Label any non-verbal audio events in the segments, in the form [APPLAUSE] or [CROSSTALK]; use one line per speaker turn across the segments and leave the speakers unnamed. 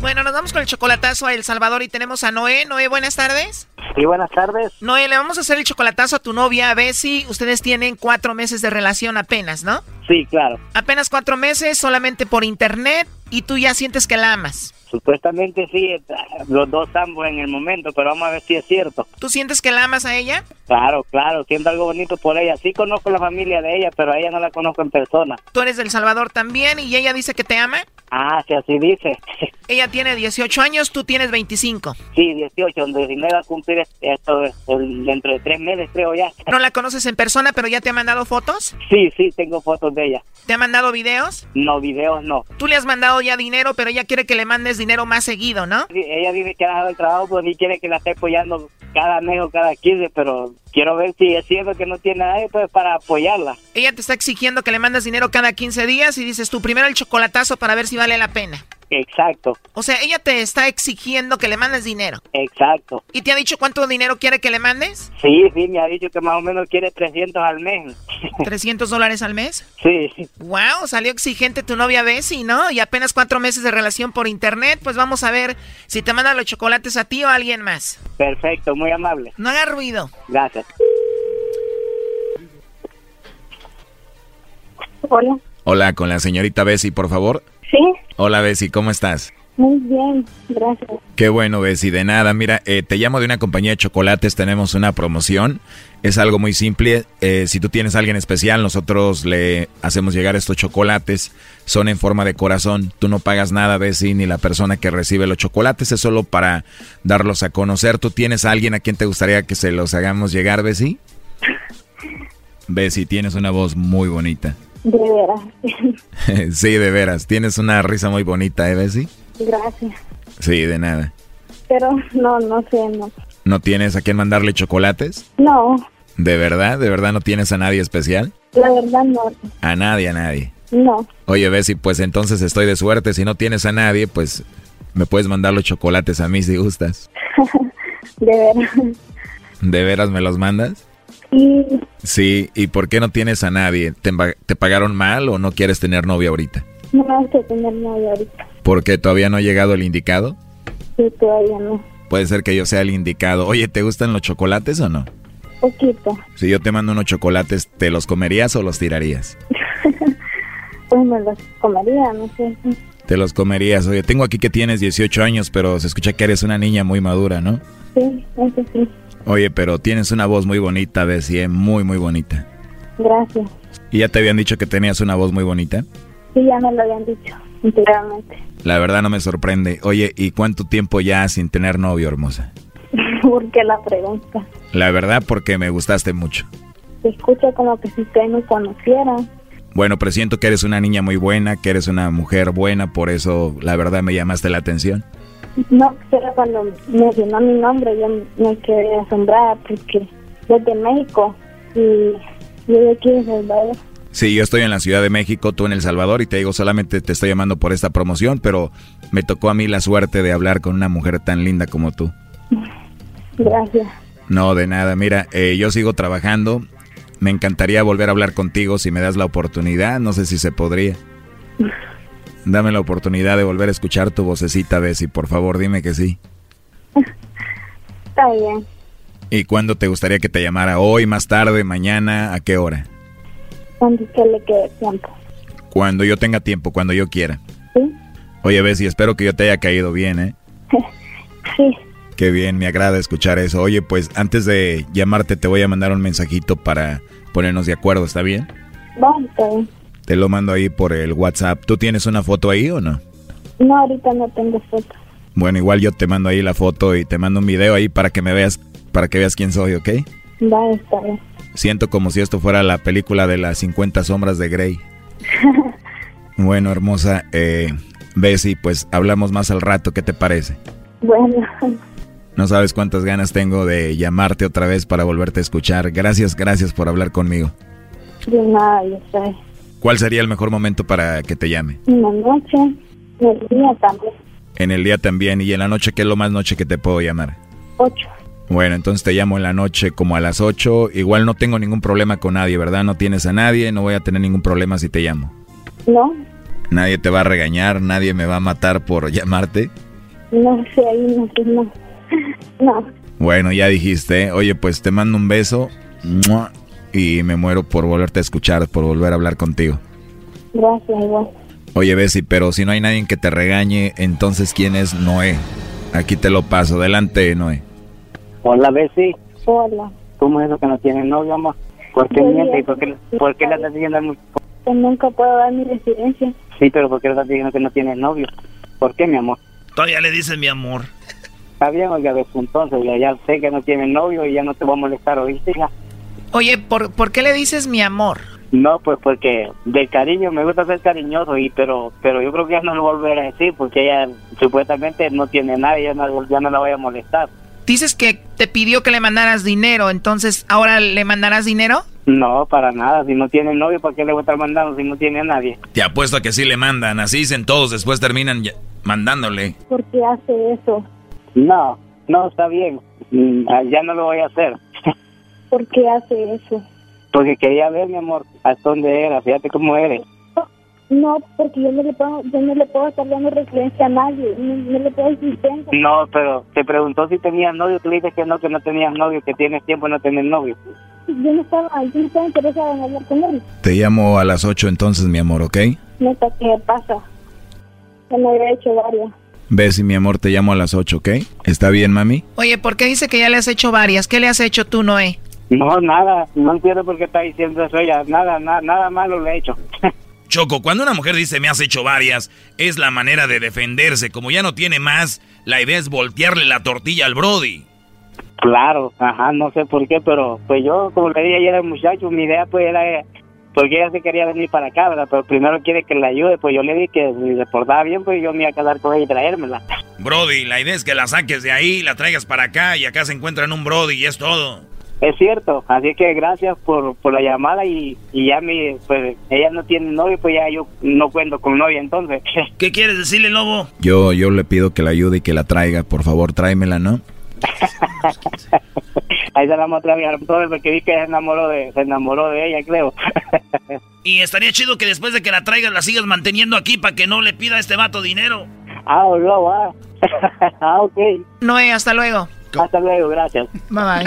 Bueno, nos vamos con el chocolatazo a El Salvador y tenemos a Noé. Noé, buenas tardes.
Sí, buenas tardes.
Noé, le vamos a hacer el chocolatazo a tu novia, a Bessie. Ustedes tienen cuatro meses de relación apenas, ¿no?
Sí, claro.
Apenas cuatro meses, solamente por internet, y tú ya sientes que la amas.
Supuestamente sí, los dos ambos en el momento, pero vamos a ver si es cierto.
¿Tú sientes que la amas a ella?
Claro, claro, siento algo bonito por ella. Sí conozco la familia de ella, pero a ella no la conozco en persona.
Tú eres del Salvador también y ella dice que te ama.
Ah, sí, así dice. [LAUGHS]
Ella tiene 18 años, tú tienes 25.
Sí, 18, donde si me va a cumplir esto el- dentro de tres meses, creo ya.
No la conoces en persona, pero ya te ha mandado fotos,
Sí, sí, tengo fotos de ella.
te ha mandado videos.
No, videos no.
Tú le has mandado ya dinero, pero ella quiere que le mandes dinero más seguido, ¿no?
Sí, Ella dice que ha dejado el trabajo, pues y quiere que la esté apoyando cada mes o cada 15, pero quiero ver si es cierto que no tiene a nadie pues, para apoyarla.
Ella te está exigiendo que le mandes dinero cada 15 días y dices tú primero el chocolatazo para ver si vale la pena.
Exacto,
O sea, ella te está exigiendo que le mandes dinero.
exacto.
¿Y te ha dicho cuánto dinero quiere que le mandes?
Sí, sí, me ha dicho que más o menos quiere 300 al mes.
¿300 dólares al mes?
sí,
Wow, salió exigente tu novia Bessie, ¿no? Y apenas cuatro meses de relación por internet, pues vamos a ver si te mandan los chocolates a ti o a alguien más.
perfecto, muy amable.
No haga ruido.
Gracias.
Hola,
Hola, con la señorita Bessie, por favor.
sí,
Hola, Bessie, ¿cómo estás?
muy bien, gracias.
Qué bueno, Bessie, de nada. Mira, eh, te llamo de una compañía de chocolates, tenemos una promoción. Es algo muy simple. eh, si tú tienes a alguien especial, nosotros le hacemos llegar estos chocolates. Son en forma de corazón. Tú no pagas nada, Bessie, ni la persona que recibe los chocolates. Es solo para darlos a conocer. ¿Tú tienes a alguien a quien te gustaría que se los hagamos llegar, Bessie? Bessie, tienes una voz muy bonita.
De veras, [LAUGHS]
[LAUGHS] sí, de veras. Tienes una risa muy bonita, ¿eh, Bessie?
gracias.
Sí, de nada.
Pero no, no sé, no.
¿No tienes a quién mandarle chocolates?
No,
¿De verdad? ¿De verdad no tienes a nadie especial?
la verdad no,
A nadie, a nadie.
no.
Oye, Bessie, pues entonces estoy de suerte. Si no tienes a nadie, pues me puedes mandar los chocolates a mí si gustas.
De veras,
¿De veras me los mandas?
sí,
Sí, ¿y por qué no tienes a nadie? ¿Te, emba- te pagaron mal o no quieres tener novia ahorita?
no me gusta tener novio ahorita.
¿Porque todavía no ha llegado el indicado?
Sí, todavía no.
Puede ser que yo sea el indicado. Oye, ¿te gustan los chocolates o no?
Poquito.
Si yo te mando unos chocolates, ¿te los comerías o los tirarías?
Pues me los comería, no sé.
Te los comerías. Oye, tengo aquí que tienes 18 años, pero se escucha que eres una niña muy madura, ¿no?
Sí, eso sí.
Oye, pero tienes una voz muy bonita, Bessie, ¿eh? muy, muy bonita.
Gracias.
¿Y ya te habían dicho que tenías una voz muy bonita?
Sí, ya me lo habían dicho [LAUGHS] anteriormente.
La verdad no me sorprende. Oye, ¿y cuánto tiempo ya sin tener novio, hermosa?
¿Por qué la pregunta?
La verdad, porque me gustaste mucho.
Se escucha como que si ustedes me conocieran.
Bueno, presiento que eres una niña muy buena, que eres una mujer buena, por eso la verdad me llamaste la atención.
No, pero cuando mencionó mi nombre yo me quedé asombrada porque desde México y yo de aquí de Salvador.
Sí, yo estoy en la Ciudad de México, tú en El Salvador, y te digo, solamente te estoy llamando por esta promoción, pero me tocó a mí la suerte de hablar con una mujer tan linda como tú.
Gracias.
No, de nada, mira, eh, yo sigo trabajando, me encantaría volver a hablar contigo si me das la oportunidad, no sé si se podría. Dame la oportunidad de volver a escuchar tu vocecita, Bessie, por favor, dime que sí.
Está bien.
¿Y cuándo te gustaría que te llamara? ¿Hoy, más tarde, mañana? ¿A qué hora?
Cuando usted le quede tiempo.
Cuando yo tenga tiempo, cuando yo quiera.
¿Sí?
Oye, Bessie, espero que yo te haya caído bien, ¿eh?
Sí.
Qué bien, me agrada escuchar eso. Oye, pues antes de llamarte te voy a mandar un mensajito para ponernos de acuerdo, ¿está bien?
Bueno, está bien.
Te lo mando ahí por el WhatsApp. ¿Tú tienes una foto ahí o no?
No, ahorita no tengo foto.
Bueno, igual yo te mando ahí la foto y te mando un video ahí para que me veas, para que veas quién soy, ¿ok?
Va, está bien.
Siento como si esto fuera la película de las 50 sombras de Grey. Bueno, hermosa, eh, Bessie, pues hablamos más al rato, ¿qué te parece?
Bueno, [LAUGHS]
No sabes cuántas ganas tengo de llamarte otra vez para volverte a escuchar. Gracias, gracias por hablar conmigo.
de nada, yo sé.
¿Cuál sería el mejor momento para que te llame?
En la noche, en el día también,
En el día también y en la noche, ¿qué es lo más noche que te puedo llamar?
ocho.
Bueno, entonces te llamo en la noche como a las 8. Igual no tengo ningún problema con nadie, ¿verdad? No tienes a nadie, no voy a tener ningún problema si te llamo.
No,
Nadie te va a regañar, nadie me va a matar por [LAUGHS] llamarte.
no sé, ahí no sé, no. [LAUGHS] No,
Bueno, ya dijiste, ¿eh? oye, pues te mando un beso ¡mua! y me muero por volverte a escuchar, por volver a hablar contigo.
gracias, igual.
Oye, Bessie, pero si no hay nadie que te regañe, entonces ¿quién es Noé? Aquí te lo paso, adelante, Noé.
Hola, Bessie.
Hola,
¿Cómo es eso que no tiene novio, amor? ¿Por qué
Sí,
miente? ¿Y
es-
por qué, por qué le estás diciendo al mu-
yo nunca puedo dar mi residencia.
Sí, pero ¿por qué le estás diciendo que no tienes novio? ¿Por qué, mi amor?
Todavía le dices mi amor.
Está bien, oiga, Bessie, entonces, ya, ya sé que no tienes novio y ya no te voy a molestar, ¿oíste, hija?
Oye, ¿por, ¿por qué le dices mi amor?
No, pues porque del cariño, me gusta ser cariñoso, y pero pero yo creo que ya no lo volveré a decir porque ella supuestamente no tiene nada, ya no, ya no la voy a molestar.
Dices que te pidió que le mandaras dinero, entonces ahora le mandarás dinero.
No, para nada, si no tiene novio, ¿para qué le voy a estar mandando si no tiene a nadie?
Te apuesto a que sí le mandan, así dicen todos, después terminan ya- mandándole.
¿Por qué hace eso?
No, no, está bien, Mm, ah, ya no lo voy a hacer.
¿Por qué hace eso?
Porque quería ver, mi amor, hasta dónde era, fíjate cómo eres.
No, porque yo no le puedo, yo no le puedo estar dando residencia a nadie, no, no le puedo decir venga.
No, pero te preguntó si tenías novio, tú le dices que no, que no tenías novio, que tienes tiempo de no tener novio.
Yo no estaba, yo no estaba interesada en hablar con él.
Te llamo a las 8 entonces, mi amor, ¿ok?
Neta, ¿qué pasa? Ya me había hecho varias.
Bessie, mi amor, te llamo a las 8, ¿ok? ¿Está bien, mami?
Oye, ¿por qué dice que ya le has hecho varias? ¿Qué le has hecho tú, Noé?
No, nada, no entiendo por qué está diciendo eso ella, nada, nada, nada malo le he hecho.
Choco, cuando una mujer dice me has hecho varias, es la manera de defenderse. Como ya no tiene más, la idea es voltearle la tortilla al Brody.
Claro, ajá, no sé por qué, pero pues yo, como le dije ayer al muchacho, mi idea pues era, eh, porque ella se quería venir para acá, ¿verdad? Pero primero quiere que la ayude, pues yo le dije que si se portaba bien, pues yo me iba a quedar con ella y traérmela.
Brody, la idea es que la saques de ahí, la traigas para acá y acá se encuentran un Brody y es todo.
Es cierto, así que gracias por, por la llamada y, y ya mi, pues ella no tiene novio, pues ya yo no cuento con novia entonces. [LAUGHS]
¿Qué quieres decirle, lobo?
Yo, yo le pido que la ayude y que la traiga, por favor, tráemela, ¿no?
Ahí se la vamos a traer entonces porque vi que se enamoró de, se enamoró de ella, creo. [LAUGHS]
Y estaría chido que después de que la traigas la sigas manteniendo aquí para que no le pida a este vato dinero.
ah, no, ah. [LAUGHS] ah, ok.
Noé, hasta luego.
Hasta luego, gracias.
Bye bye.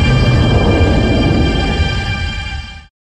[LAUGHS]